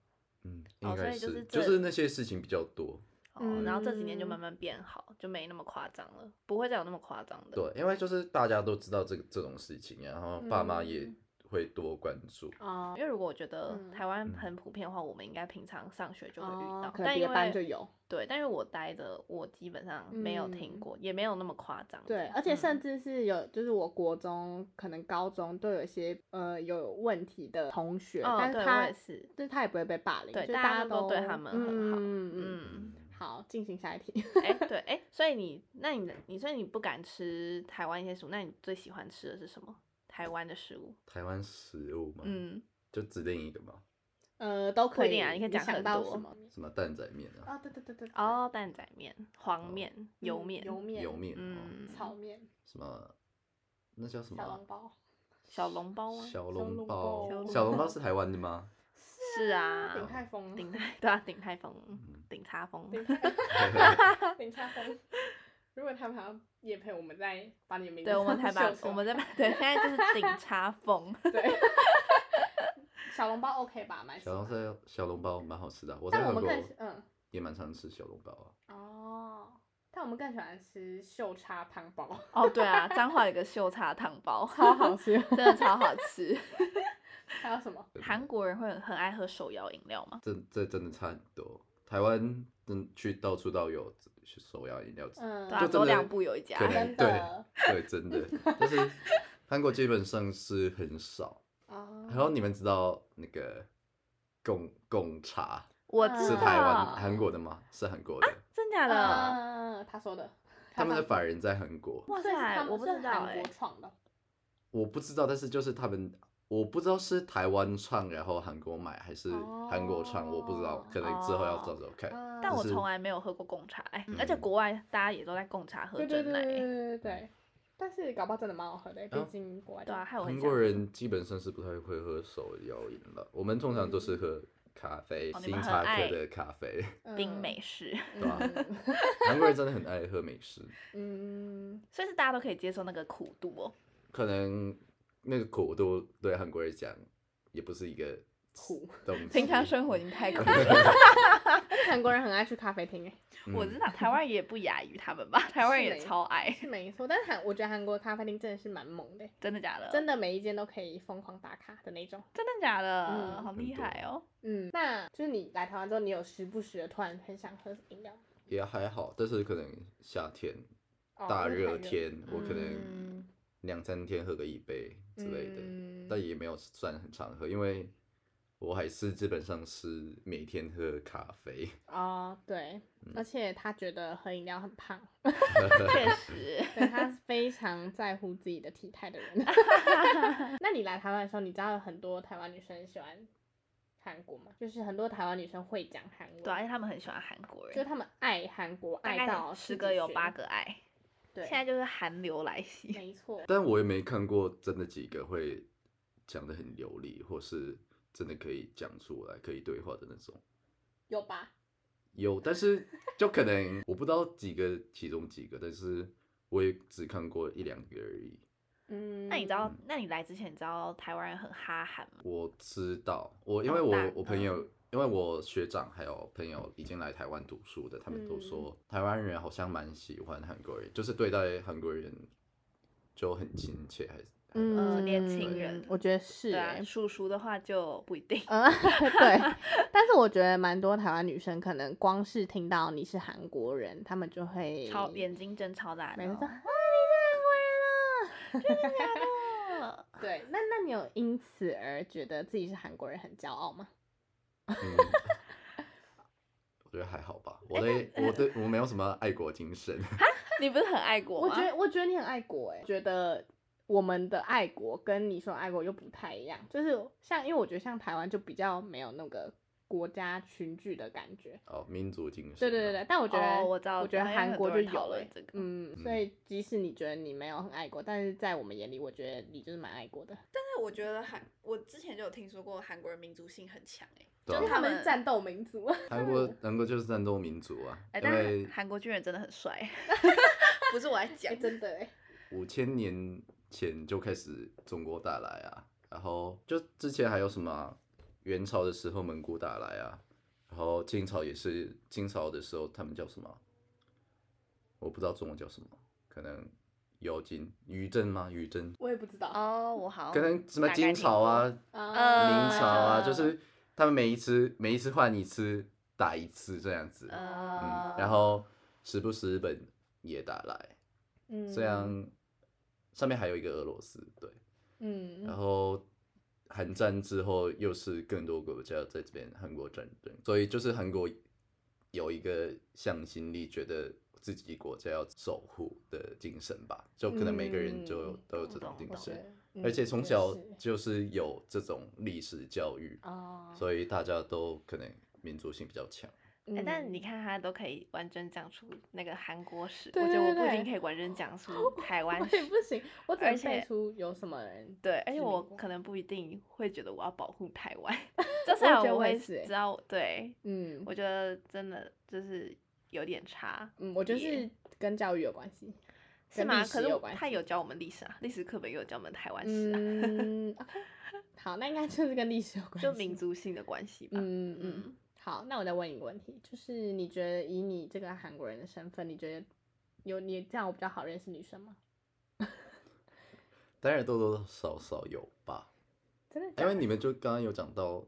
C: 嗯，
B: 哦
C: 应
B: 所
C: 该
B: 以就是是这
C: 就是那些事情比较多，
B: 哦，然后这几年就
A: 嗯
B: 慢慢变好，就没那么夸张了，不会再有那么夸张的。
C: 对，因为就是大家都知道这个这种事情，然后爸妈也
A: 嗯
C: 会多关注。
A: 哦
B: 因，为如果我觉得
A: 嗯
B: 台湾
C: 嗯
B: 很普遍的话，我们应该平常上学就会遇
A: 哦
B: 到，
A: 可能
B: 但
A: 别
B: 因
A: 的班就
B: 为
A: 有。
B: 对，但因为我待的，我基本上没有听
A: 嗯
B: 过，也没有那么夸张的。嗯
A: 对，而且甚
B: 至
A: 至是有，就是我国中可能高中都有一些呃有问题的同学，
B: 哦，
A: 但
B: 对
A: 是
B: 我
A: 他
B: 也是，
A: 就是他也不会被霸凌，
B: 对
A: 就
B: 大家
A: 家
B: 都对他们很好
A: 嗯嗯嗯，
B: 嗯，
A: 好，进行下一题。
B: 哎，对，哎，所以你，那你的，你所以你不敢吃台湾一些食物，那你最喜欢吃的是什么？台湾的食物？
C: 台湾食物嘛，
B: 嗯，
C: 就指定一个嘛，
A: 呃，都
B: 不
A: 可
B: 一
A: 以
B: 定啊你可以讲
A: 想
B: 很
A: 到
B: 多
A: 什么？
C: 什么蛋仔面啊，
A: 啊，对对对对，对，
B: 哦，蛋仔面、黄
C: 哦
B: 面、油
A: 嗯
B: 面、
A: 油面、
C: 油面哦，
B: 嗯，
A: 炒面、
C: 什么那叫什么
A: 小
C: 啊
A: 笼包，
B: 小笼包啊吗？
C: 小
A: 笼包
C: 笼包，
B: 小
C: 小
B: 笼
C: 笼
B: 包
C: 包是台湾 的吗？
B: 是啊，
A: 鼎泰丰，
B: 顶泰对啊，顶泰丰，
C: 嗯
B: 顶叉风，
A: 鼎泰鼎泰丰。如果他们好像夜配，我们再把你的名字
B: 对，我们才把
A: 秀出
B: 我
A: 来
B: 们在把对，现在就是顶叉 风，
A: 对小笼包 OK 吧，蛮喜
C: 小笼
A: 欢。
C: 包小笼包蛮好吃的啊，我在
A: 但我
C: 韩
A: 们
C: 国
A: 更喜嗯
C: 也蛮常吃小笼包啊，
A: 哦，但我们更喜欢吃秀叉汤包，
B: 哦，对啊，彰化有个秀叉汤包，
A: 超好，吃。
B: 真的超好吃。
A: 还有什么？
C: 真的
B: 韩国人会很很爱喝手摇饮料吗？
C: 这这真的差很多。台湾真去到处都有手摇饮料，
A: 嗯
B: 对，啊，
C: 就真
B: 走
C: 的
B: 两步有一家
C: 可。能
A: 真
C: 对
A: 的
C: 对真的， 但是韩国基本上是很少。然后
A: 哦，
C: 你们知道那个贡贡茶
B: 我知道，
C: 是台湾
A: 啊
C: 韩国的吗？是韩国的，
B: 真假的？
A: 嗯，他说的，
C: 他们的
A: 反
C: 法人在韩国。
B: 哇
A: 所以是
B: 塞
A: 他们
B: 我不知
A: 是
B: 道
A: 韩
B: 欸
A: 国创的，
C: 我不知道，但是就是他们，我不知道是台湾创，然后韩国买，还是
B: 哦
C: 韩国创，我不知道
A: 哦，
C: 可能之后要找找看。
A: 嗯
B: 但我
C: 就是
B: 从来没有喝过贡茶，哎，
C: 嗯
B: 而且国外大家也都在贡茶喝
A: 对对
B: 真
A: 对
B: 奶，
A: 对对
B: 哎
A: 对对。但是搞不好真的蛮好喝的，毕
C: 啊
A: 竟国外
B: 对啊，害我很
C: 韩
B: 想
C: 国人基本上是不太会喝手摇饮了，我们通常都是喝咖啡，
B: 哦你
C: 星
B: 们很
C: 巴
B: 爱
C: 克的咖啡。
B: 冰美，式，
A: 嗯
C: 对吧 韩国人真的很爱喝美式，
A: 嗯，
B: 所以是大家都可以接受那个苦度哦。
C: 可能那个苦度对韩国人讲也不是一个
A: 苦
C: 东西。
B: 平常生活已经太苦了。
A: 韩国人很爱去咖啡厅诶，
C: 嗯
B: 我知道台湾也不亚于他 们吧，台湾人也
A: 没
B: 超爱，
A: 是没错。但是韩，我觉得韩国的咖啡厅真的是蛮猛的，
B: 真的假的？
A: 真的每一间都可以疯狂打卡的那种。
B: 真的假的？
A: 嗯
B: 好
C: 很
B: 厉
C: 多
B: 害哦！
A: 嗯，那就是你来台湾之后，你有时不时的突然很想喝饮料吗，
C: 也还好，但是可能夏天
A: 哦
C: 大
A: 因为太
C: 热天，我可能
A: 嗯
C: 两三天喝个一杯之类的，
A: 嗯
C: 但也没有算很常喝，因为我还是基本上是每天喝咖啡。
A: 哦，对，
C: 嗯
A: 而且他觉得喝饮料很胖，
B: 确 实，
A: 对 他非常在乎自己的体态的人。那你来台湾的时候，你知道有很多台湾女生喜欢韩国吗？就是很多台湾女生会讲韩文，
B: 对、啊，而且他们很喜欢韩国
A: 就是
B: 人，
A: 他们爱韩国，
B: 大
A: 爱
B: 概
A: 到
B: 十
A: 自
B: 个
A: 己
B: 有
A: 学
B: 八，个爱，
A: 对，
B: 现在就是韩流来袭，
A: 没错，
C: 但我也没看过真的几个会讲的很流利，或是真的可以讲出来、可以对话的那种。
A: 有吧？
C: 有，但是就可能我不知道几个，其中几个，但是我也只看过一两个而已。
A: 嗯，
B: 那你知道，那你来之前你知道台湾人很哈韩吗？
C: 我知道，我因为
B: 哦
C: 我、
B: 那
C: 我朋友，因为我学长还有朋友已经来台湾读书的，他们都说、台湾人好像蛮喜欢韩国人，就是对待韩国人就很亲切，还是
B: 呃年轻
A: 嗯
B: 人
A: 我觉得是、
B: 对
A: 欸，
B: 啊，叔叔的话就不一定。
A: 嗯，对，但是我觉得蛮多台湾女生可能光是听到你是韩国人，她们就会
B: 超眼睛睁超大的
A: 没
B: 哦，
A: 错哦
B: 啊
A: 对，那那你有因此而觉得自己是韩国人很骄傲吗？
C: 嗯，我觉得还好吧。我对我对我没有什么爱国精神，
B: 你不是很爱国
A: 我
B: 吗？
A: 觉得我觉得你很爱国哎、觉得我们的爱国跟你说的爱国又不太一样，就是像因为我觉得像台湾就比较没有那个国家群聚的感觉。
C: 哦，民族精神。
A: 对对对对，，但我觉得、
B: 哦我知道
A: 我觉得
B: 好像
A: 韩
B: 很
A: 国
B: 多
A: 就
B: 人讨
A: 有
B: 论
A: 哎、
B: 这个
A: 嗯，所以即使你觉得你没有很爱国，但是在我们眼里，我觉得你就是蛮爱国的。
B: 但我觉得韩，我之前就有听说过韩国人民族性很强哎、
C: 对
A: 因为
C: 啊、
A: 他们是战斗民族，
C: 韩国韩国就是战斗民族啊，
B: 哎、
C: 因
B: 但
C: 为
B: 是韩国军人真的很帅， 不是我在讲
A: 哎， 真的哎，
C: 五千年前就开始中国大来啊，然后就之前还有什么啊元朝的时候蒙古大来啊，然后清朝也是清朝的时候他们叫什么啊？我不知道中文叫什么，可能尤金、于真吗？于真，
A: 我也不知道
B: 哦，我好
C: 可
B: 像
C: 能什么
B: 大概
C: 金
B: 听
C: 朝啊
B: 过，
A: 啊
C: 明朝啊，就
B: 呃
C: 是他们每一次每一次换一次打一次这样子，嗯
B: 呃，，
C: 然后时不时日本也打来，
A: 嗯
C: 这样上面还有一个俄罗斯，对，
A: 嗯，
C: 然后韩战之后又是更多国家在这边韩国战争，所以就是韩国有一个向心力，觉得自己国家要守护的精神吧，就可能每个人就有
A: 嗯
C: 都有
B: 懂
C: 这种
B: 懂
C: 精
B: 懂
C: 神
A: 对。嗯
C: 而且从
A: 也
C: 小
A: 是
C: 就是有这种历史教育，
A: 哦，
C: 所以大家都可能民族性比较强。
A: 以
B: 哎但你看他都可以完整讲出那个韩国史，
A: 对
B: 我觉得
A: 对
B: 我不
A: 对
B: 一定可以完整讲 出台湾
A: 我
B: 史
A: 也。不行，我只能
B: 而
A: 背
B: 且
A: 出有什么人。
B: 对，而且
A: 殖
B: 我
A: 民过
B: 可能不一定会觉得我要保护台 湾，就
A: 我也
B: 虽然
A: 觉得
B: 我
A: 我也
B: 会
A: 是欸
B: 知道，对
A: 嗯
B: 我觉得真的就是有点差，
A: 嗯，我觉得
B: 也
A: 是跟教育有关系，
B: 是
A: 跟历
B: 吗？
A: 史
B: 可是
A: 有
B: 我
A: 关
B: 他
A: 系
B: 有教我们历史啊，历史课本也有教我们台湾史啊，
A: 嗯，OK，好，那应该就是跟历史有关系，
B: 就民族性的关系吧。
A: 嗯嗯
B: 嗯，
A: 好，那我再问你一个问题，就是你觉得以你这个韩国人的身份，你觉得有你这样我比较好认识女生吗？
C: 当然多多少少有吧，
A: 真的假
C: 因为
A: 的？
C: 你们就刚刚有讲到，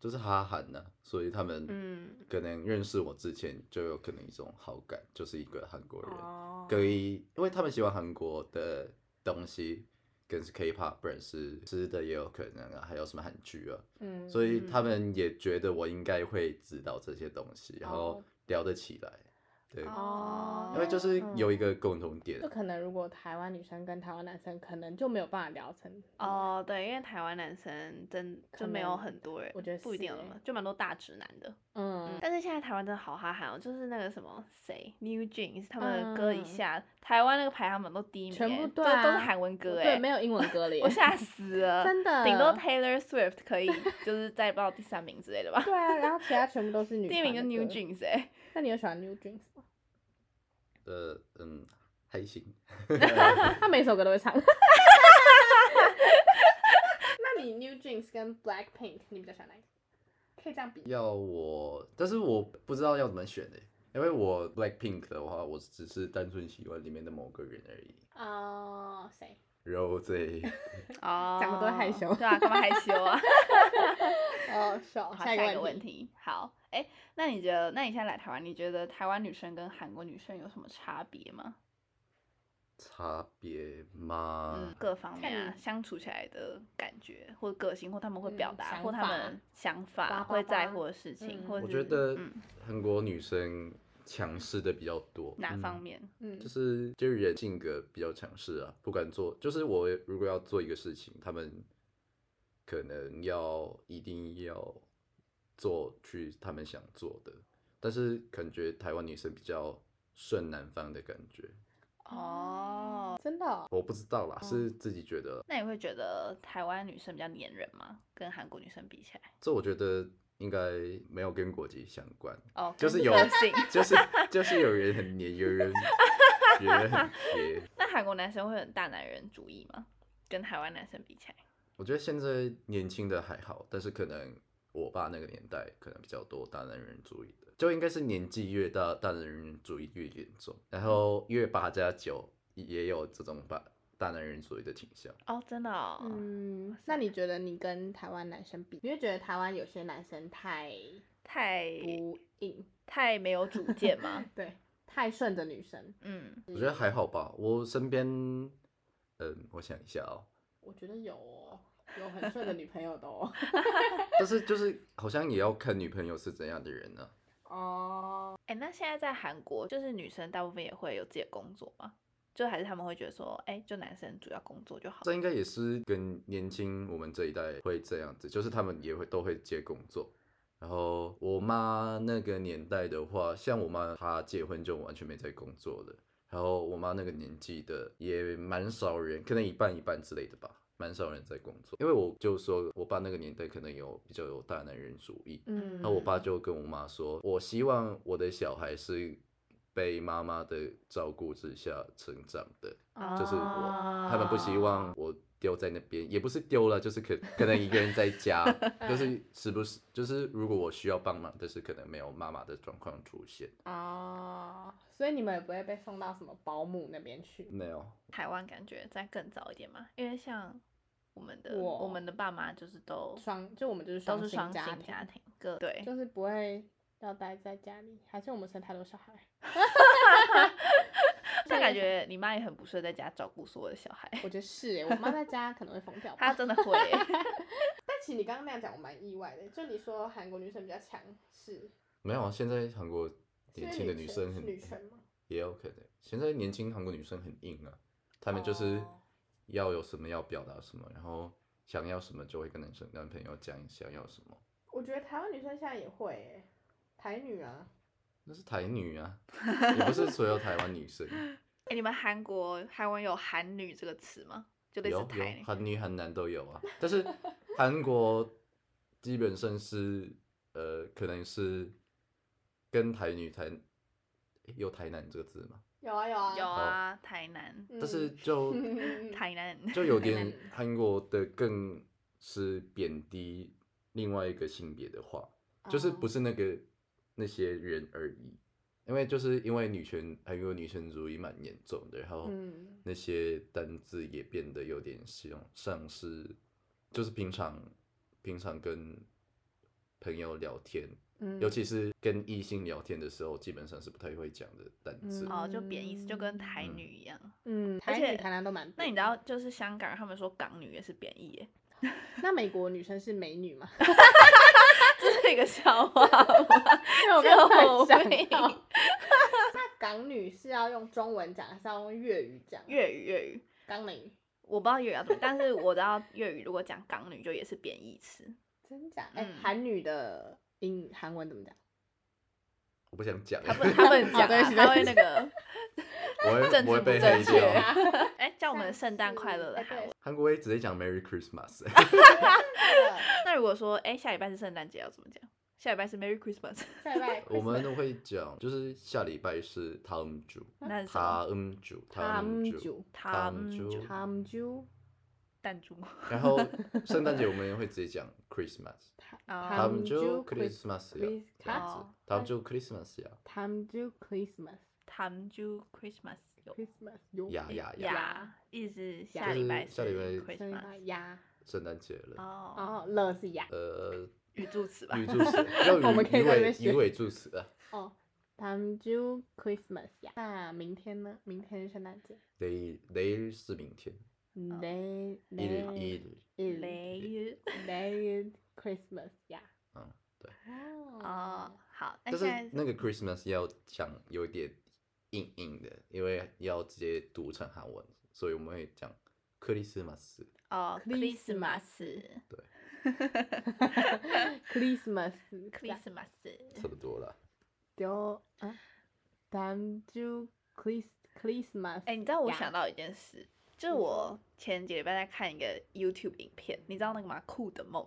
C: 就是哈韩呢、所以他们
B: 嗯，
C: 可能认识我之前就有可能一种好感，就是一个韩国人，
B: 哦
C: 可以，因为他们喜欢韩国的东西，跟是 K-pop，不然是吃的也有可能啊，还有什么韩剧啊，
A: 嗯，
C: 所以他们也觉得我应该会知道这些东西，然后
A: 哦
C: 聊得起来，对。
A: 哦
C: 因为就是有一
A: 嗯
C: 个共同点，
A: 就可能如果台湾女生跟台湾男生，可能就没有办法聊成
B: 哦，对，因为台湾男生真
A: 可
B: 就没有
A: 能
B: 很多人，
A: 我觉得
B: 不一
A: 是
B: 定有那
A: 欸
B: 么，就蛮多大直男的。
A: 嗯
B: 但是现在台湾真的好哈韩哦，就是那个什么谁 New Jeans 他们的歌
A: 嗯
B: 一下，台湾那个排行榜都第一名欸，
A: 全部
B: 都
A: 啊
B: 都是韩文歌哎，
A: 对，没有英文 歌了耶，
B: 我吓死了，
A: 真的
B: 顶多 Taylor Swift 可以就是再报第三名之类的 吧。
A: 对啊，然后其他全部都是女
B: 第一名
A: 团
B: 就
A: 的
B: New
A: 歌
B: Jeans 哎，
A: 那你有喜欢 New Jeans 吗？
C: 呃嗯，还行。
A: 他每首歌都会唱。 那你 New Jeans 跟 Blackpink 你比较喜欢哪一个？可以这样比。
C: 要我，但是我不知道要怎么选诶，因为我 Blackpink 的话，我只是单纯喜欢里面的某个人而已。
A: 哦，谁？
C: Rose，
B: 哦，
A: 讲得多害羞
B: 对啊，干嘛害羞 啊？
A: 哦，手。
B: 好，下一个
A: 问
B: 问。题，好，哎，那你觉得，那你现在来台湾，你觉得台湾女生跟韩国女生有什么差别吗？
C: 差别吗？
B: 嗯，各方面啊
A: 看，你
B: 相处起来的感觉，或个性，或他们会表
A: 嗯
B: 达，
A: 想
B: 或他
A: 法
B: 们想
A: 叭
B: 法，
A: 叭
B: 会在
A: 叭
B: 乎的事情，
A: 嗯
B: 或
C: 我
B: 者
C: 觉得
B: 嗯
C: 韩国女生强势的比较多，
B: 哪
C: 嗯
B: 方面，
A: 嗯
C: 就是就是人性格比较强势啊，不管做，就是我如果要做一个事情，他们可能要一定要做去他们想做的，但是感觉台湾女生比较顺南方的感觉，
B: 哦，
A: 真的哦、
C: 我不知道啦，
A: 哦
C: 是自己觉得，
B: 那你会觉得台湾女生比较黏人吗？跟韩国女生比起来，
C: 这我觉得应该没有跟国籍相关，
B: 哦，
C: 就
B: 跟
C: 是有
B: 个性。
C: 就是就是有人很黏，有人有人很黏。
B: 那韩国男生会很大男人主义吗？跟台湾男生比起来，
C: 我觉得现在年轻的还好，但是可能我爸那个年代可能比较多大男人主义的，就应该是年纪越大，大男人主义越严重，然后越八加九也有这种把大男人主义的倾向。
B: 哦，真的哦，
A: 嗯
B: 塞，
A: 那你觉得你跟台湾男生比，你会觉得台湾有些男生太
B: 太
A: 不硬，
B: 太没有主见吗？
A: 对，太顺着女生？
B: 嗯，
C: 我觉得还好吧，我身边，嗯，我想一下哦，
A: 我觉得有哦，有很顺的女朋友的哦。
C: 但是就是好像也要看女朋友是怎样的人呢、啊
A: 哦，
B: 哎、那现在在韩国，就是女生大部分也会有自己的工作吗？就还是他们会觉得说，哎、就男生主要工作就好。
C: 这应该也是跟年轻我们这一代会这样子，就是他们也会都会接工作。然后我妈那个年代的话，像我妈她结婚就完全没在工作了。然后我妈那个年纪的也蛮少人，可能一半一半之类的吧，蛮少人在工作。因为我就说我爸那个年代可能有比较有大男人主义，
A: 嗯，
C: 那我爸就跟我妈说，我希望我的小孩是被妈妈的照顾之下成长的。就是我
A: 哦
C: 他们不希望我丢在那边，也不是丢了，就是可可能一个人在家，就是时不时，就是如果我需要帮忙，但是可能没有妈妈的状况出现，
A: 哦，所以你们也不会被送到什么保姆那边去。
C: 没有。
B: 台湾感觉再更早一点嘛，因为像我们的
A: 我
B: 我们的爸妈就是都
A: 双就我们就是
B: 都
A: 双
B: 是
A: 薪
B: 双
A: 家
B: 薪
A: 庭
B: 家庭，各对
A: 就是不会要待在家里，还是我们生太多小孩？
B: 但感觉你妈也很不适合在家照顾所有的小孩，
A: 我觉得是欸耶，我妈在家可能会疯掉吧。
B: 她真的会耶、
A: 但其实你刚刚那样讲，我蛮意外的。就你说韩国女生比较强势，
C: 没有啊，现在韩国
A: 是因
C: 年
A: 为
C: 轻的
A: 女
C: 女
A: 权
C: 生
A: 是
C: 很
A: 女权吗？
C: 也有可能，现在年轻韩国女生很硬啊，她们就是
B: 哦
C: 要有什么要表达什么，然后想要什么就会跟男生男朋友讲想要什么，
A: 我觉得台湾女生现在也会耶，台女啊，
C: 那是台女啊，也不是所有台湾女生，
B: 哎、你们韩国韩文有韩女这个词吗？就类
C: 有
B: 似
C: 有
B: 台女
C: 韩女韩男都有啊，但是韩国基本上是呃，可能是跟台女台诶有台南这个字嘛，
A: 有啊有啊
B: 有啊，台南，
A: 嗯
C: 但是 就
B: 台南
C: 就有
B: 台南
C: 点韩国的更是贬低另外一个性别的话，就是不
B: 哦
A: 是
C: 是那个那些人而已，因为就是因为女权韩国女权主义蛮严重的，然后
A: 嗯
C: 那些单字也变得有点像像是，就是平常平常跟朋友聊天，
A: 嗯
C: 尤其是跟异性聊天的时候，基本上是不太会讲的单字。
A: 嗯
B: 哦，就贬义词，就跟台
C: 嗯
B: 女一样。
A: 嗯，台
B: 且
A: 女台南都蛮多。
B: 那你知道，就是香港他们说港女也是贬义耶，
A: 那美国女生是美女 吗？
B: 这是一个笑话吗？
A: 因为我刚
B: 救
A: 才
B: 命
A: 想到， 那港女是要用中文讲还是要用粤语讲？啊
B: 粤语粤语，
A: 港女，
B: 我不知道粤语要怎么，但是我知道粤语如果讲港女就也是贬义词。
A: 真假？哎、
B: 嗯
A: 韩女的英韩文怎么讲？
C: 我不想讲，
B: 他 们他们讲、
A: 哦对
B: 啊
A: 不，起
B: 他会那 个，
C: 我会
B: 政
C: 我会
B: 治不
C: 被
B: 正
C: 黑
B: 确
C: 掉。
B: 哎、叫我们圣诞快乐的
A: 哎
B: 韩文。
C: 韩国会直接讲 Merry Christmas，
A: 对
B: 那如果说，哎、下礼拜是圣诞节要怎么讲？下礼拜是 Merry Christmas，
A: 下礼拜
C: 我们会讲，就是下礼拜是 Tom 主，
B: 那是嗯什么？
C: Tom 主
A: 汤
C: ，Tom 主
A: 酒，
C: ，Tom
B: 汤
C: 主
B: 主。
A: 汤啊酒，
B: 弹珠。哦
C: 然后圣诞节我们会直接讲 Christmas。他
A: 汤
C: 们就
A: 酒
C: Christmas 呀
A: Chris-，
C: 这样子
B: 哦，
C: 他们就 Christmas 呀，
A: 汤酒 Christmas
B: 弹珠 Christmas 有
A: Christmas 有
C: 呀呀呀，
B: 呀
A: 呀，
B: 意思是
A: 就
B: 下
A: 是
B: 礼拜
C: 下礼拜
A: 所以
B: Christmas
A: 呀，
C: 圣诞节了，
A: 然
B: 哦，
A: 后乐是呀，
C: 呃，
B: 语助词吧
C: 语。助词要
A: 我们
C: 语
A: 可以
C: 语
A: 在那边
C: 尾
A: 学
C: 语尾助词啊，
A: 哦， Time to Christmas 呀。那明天呢？明天是圣诞
B: 哦
A: 节。
C: They they 是明天，
A: They
C: 一日
A: they
C: 一日，
A: is
B: 雷雨
A: they is Christmas 呀。
C: 嗯，对。
B: 哦， 好，那
C: 但
B: 现在
C: 是那个 Christmas 要讲有点硬硬的，因为要直接读成韩文，所以我们会讲克里斯马斯。
B: 哦
A: Christmas
B: ，Christmas，Christmas，
C: 对，
A: Christmas
B: 啊
A: 呀
C: 差不多了。
A: 就啊，Time to Chris Christmas。
B: 哎、你知道我想，到一件事，就是
A: 你
B: 我前几个礼拜在看一个 YouTube 影片，你知道那个吗？酷的梦，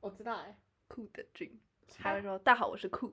A: 我知道
C: 啊
A: 哎，
B: 酷的 dream，
C: 是
B: 他会
C: 吗
B: 说：“大家好，我是酷。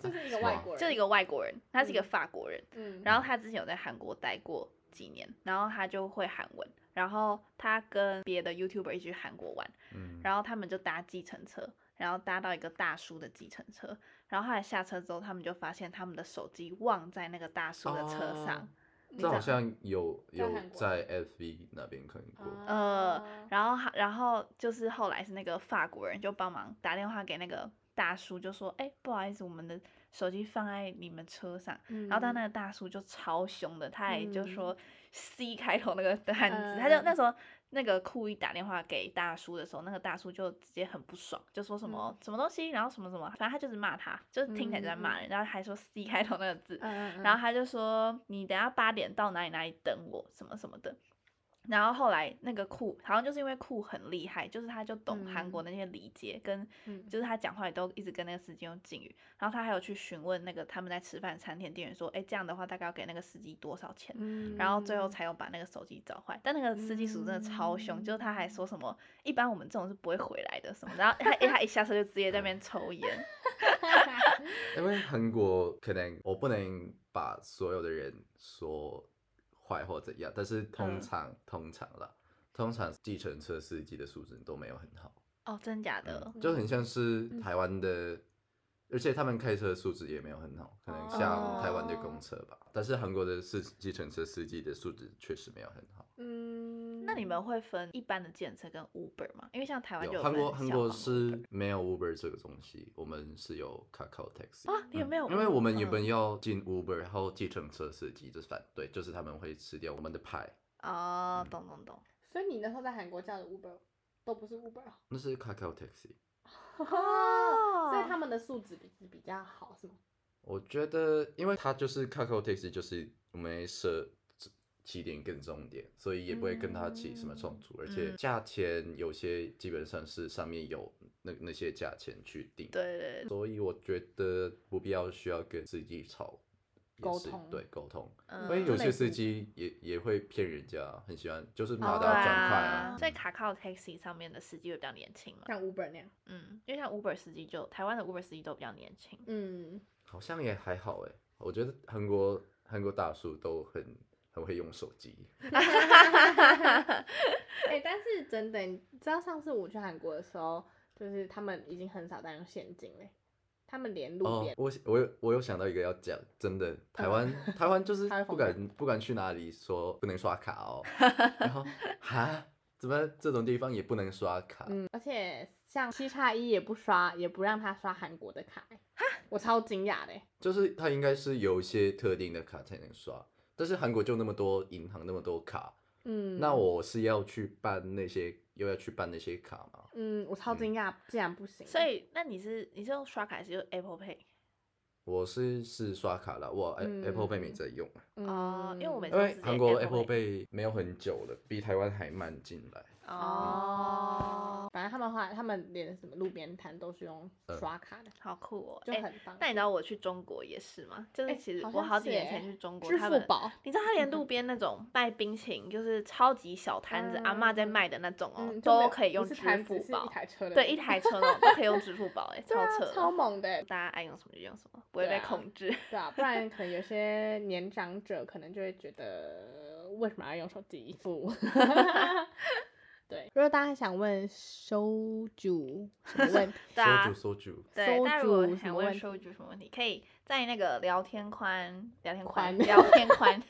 A: 就是一个
C: 是
A: 外
C: 吗
A: 国人，
B: 就是一个外国人，他是一个
A: 嗯
B: 法国人，
A: 嗯，
B: 然后他之前有在韩国待过几年，然后他就会韩文，然后他跟别的 YouTuber 一起去韩国玩，
C: 嗯，
B: 然后他们就搭计程车，然后搭到一个大叔的计程车，然后后来下车之后，他们就发现他们的手机忘在那个大叔的车上，
A: 你
C: 这好
A: 讲
C: 像有
A: 在
C: 有
A: 韩国
C: 在 FV 那边看过。
B: 呃
A: 啊，
B: 然后他然后就是后来是那个法国人就帮忙打电话给那个大叔，就说，哎、不好意思，我们的手机放在你们车上。然后但那个大叔就超凶的，他也就
A: 嗯
B: 说 C 开头那个单字，他就那
A: 嗯
B: 时候那个酷一打电话给大叔的时候，那个大叔就直接很不爽，就说什
A: 嗯
B: 么、什么东西，然后什么什么，反正他就是骂他，就是听起来就在骂人，然后还说 C 开头那个字，
A: 嗯，嗯
B: 然后他就说你等下八点到哪里哪里等我什么什么的。然后后来那个酷好像就是因为酷很厉害，就是他就懂韩国那些礼节，跟
A: 嗯
B: 就是他讲话也都一直跟那个司机用敬语。然后他还有去询问那个他们在吃饭餐厅店员说，哎，这样的话大概要给那个司机多少钱？
A: 嗯
B: 然后最后 才有把那个手机找坏。但那个司机叔真的超凶，就是他还说什么一般我们这种是不会回来的什么的。然后他他一下车就直接在那边抽烟。
C: 因为韩国可能我不能把所有的人说坏或怎样，但是通
B: 嗯
C: 常、通常啦，通常计程车司机的素质都没有很好。
B: 哦，真假的？
C: 嗯，就很像是台湾的，而且他们开车的素质也没有很好，可能
B: 哦
C: 像台湾的公车吧。但是韩国的司计程车司机的素质确实没有很好。
A: 嗯，
B: 那你们会分一般的检测跟 Uber 吗？因为像台湾就
C: 有
B: 有
C: 韩
B: 分
C: 国韩
B: 小
C: 国
B: 黄 Uber
C: 是没有 Uber 这个东西，我们是有 Kakao Taxi。
B: 啊，你有没有？
C: 因为我们原
B: 嗯
C: 本要进 Uber，然后计程车司机就是反对，就是他们会吃掉我们的牌，
B: 哦，懂懂懂。
A: 所以你那时候在韩国叫的 Uber 都不是 Uber，哦
C: 那是 Kakao Taxi。
B: 哦
A: 所以他们的素质比比较好是吗？
C: 我觉得，因为它就是 Kakao Taxi，就是我们设置起点跟终点，所以也不会跟它起什么冲突，而且
B: 嗯
C: 价钱有些基本上是上面有那那些价钱去定，
B: 对对对，
C: 所以我觉得不必要需要跟司机吵也
A: 沟
C: 是
A: 通
C: 对沟通，
B: 嗯
C: 因为有
A: 类
C: 些
A: 似
C: 司机也也会骗人家，很喜欢就是马
A: 哦
C: 达
B: 对
A: 对啊
C: 转快
B: 啊，所以
C: 嗯
B: 卡靠 taxi 上面的司机会比较年轻嘛。
A: 像 Uber 那样，
B: 嗯，因为像 Uber 司机就台湾的 Uber 司机都比较年轻。
A: 嗯，
C: 好像也还好哎，我觉得韩国韩国大叔都很很会用手机，
A: 哎、但是真的，你知道上次我去韩国的时候，就是他们已经很少在用现金嘞，他们连路
C: 哦
A: 边，，
C: 我我有我有想到一个要讲，真的，台
A: 嗯
C: 湾、台湾 就是
A: 台湾
C: 不
A: 方面
C: 敢不敢去哪里说不能刷卡 哦，然后哈，怎么这种地方也不能刷卡？
A: 嗯，而且像七叉一也不刷，也不让他刷韩国的卡、欸，
B: 哎
A: 我超惊讶的欸、
C: 就是它应该是有一些特定的卡才能刷，但是韩国就那么多银行那么多卡，
A: 嗯，
C: 那，我是要去办那些又要去办那些卡吗？
A: 嗯，我超惊讶，竟然不行，
B: 所以那你是你是用刷卡还是用 Apple Pay？
C: 我是是刷卡了，我 A- Apple Pay 没
A: 嗯
C: 在用，
B: 哦因为我
A: 嗯
B: 每次
C: 因为
B: 直接
C: 韩国
B: Apple
C: Apple Pay 没有很久了，比台湾还慢进来。
A: 哦，反正他们后来他们连什么路边摊都是用
C: 嗯
A: 刷卡的，
B: 好酷哦！
A: 就
B: 哎
A: 很棒。
B: 那你知道我去中国也是吗？就是
A: 哎
B: 其实
A: 好
B: 我
A: 像
B: 好
A: 是
B: 几年
A: 哎
B: 前去中国，
A: 支
B: 他
A: 付
B: 们
A: 宝，
B: 你知道他连
A: 嗯
B: 路边那种卖冰淇淋，就是超级小摊子，阿嬷在
A: 嗯
B: 卖的那种哦，
A: 嗯，就没
B: 都
A: 有
B: 可以
A: 不
B: 用
A: 是
B: 支
A: 盘
B: 付
A: 子是一
B: 宝，
A: 台车的那种，
B: 对，一台 车哦，都可以用支付宝，哎，
A: 对
B: 超
A: 啊
B: 扯的，
A: 超猛的欸，
B: 大家爱用什么就用什么，不会
A: 对
B: 被
A: 啊
B: 控制。
A: 对啊，不然可能有些年长者可能就会觉得为什么要用手机付？ 对，如果大家想问收主什 么问题，
B: 对啊，
C: 收住收住。
B: 对，大家如果
A: 收
B: 想
A: 主
B: 问
A: 什么
B: 收主 什么问题，可以在那个聊天框、聊天框、
A: 宽
B: 聊天框、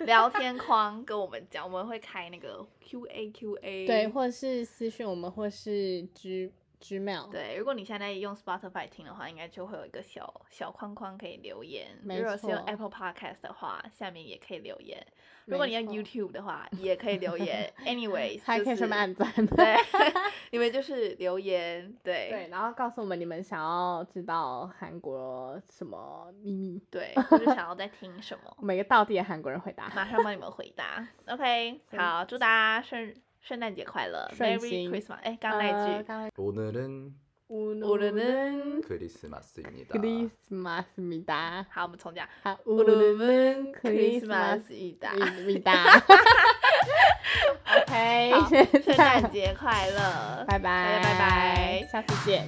B: 聊天框跟我们讲，我们会开那个 Q A Q A。
A: 对，或者是私讯我们，或是直 Gmail，
B: 对，如果你现在用 Spotify 听的话，应该就会有一个小小框框可以留言。
A: 没
B: 如果是用
A: 错
B: Apple Podcast 的话，下面也可以留言。
A: 没
B: 如果你用
A: 错
B: YouTube 的话，也可以留 言。Anyways，
A: 还
B: 就
A: 可以顺便
B: 是
A: 按赞。
B: 对， 你们就是留言，对
A: 对，然后告诉我们你们想要知道韩国什么秘密，，
B: 对，就是想要在听什么
A: 每个到地的韩国人回答。
B: 马上帮你们回答。OK，
A: 行
B: 好，祝大家圣圣诞节快乐
A: 嗯顺
B: ，Merry
A: 心
B: Christmas。哎，刚刚那一句，
A: 呃刚
C: 오늘은
B: 无论 呢，
C: 크리스마스입니다.
A: 크리스마스입니다.
B: 好，我们重讲，
A: 아,
B: 无论
A: 오늘은
B: 크리스마스이다.
A: 크리스마스입니다. 오케이.
B: 好，圣诞节快乐，
A: 拜拜
B: 拜拜。
A: 下次见。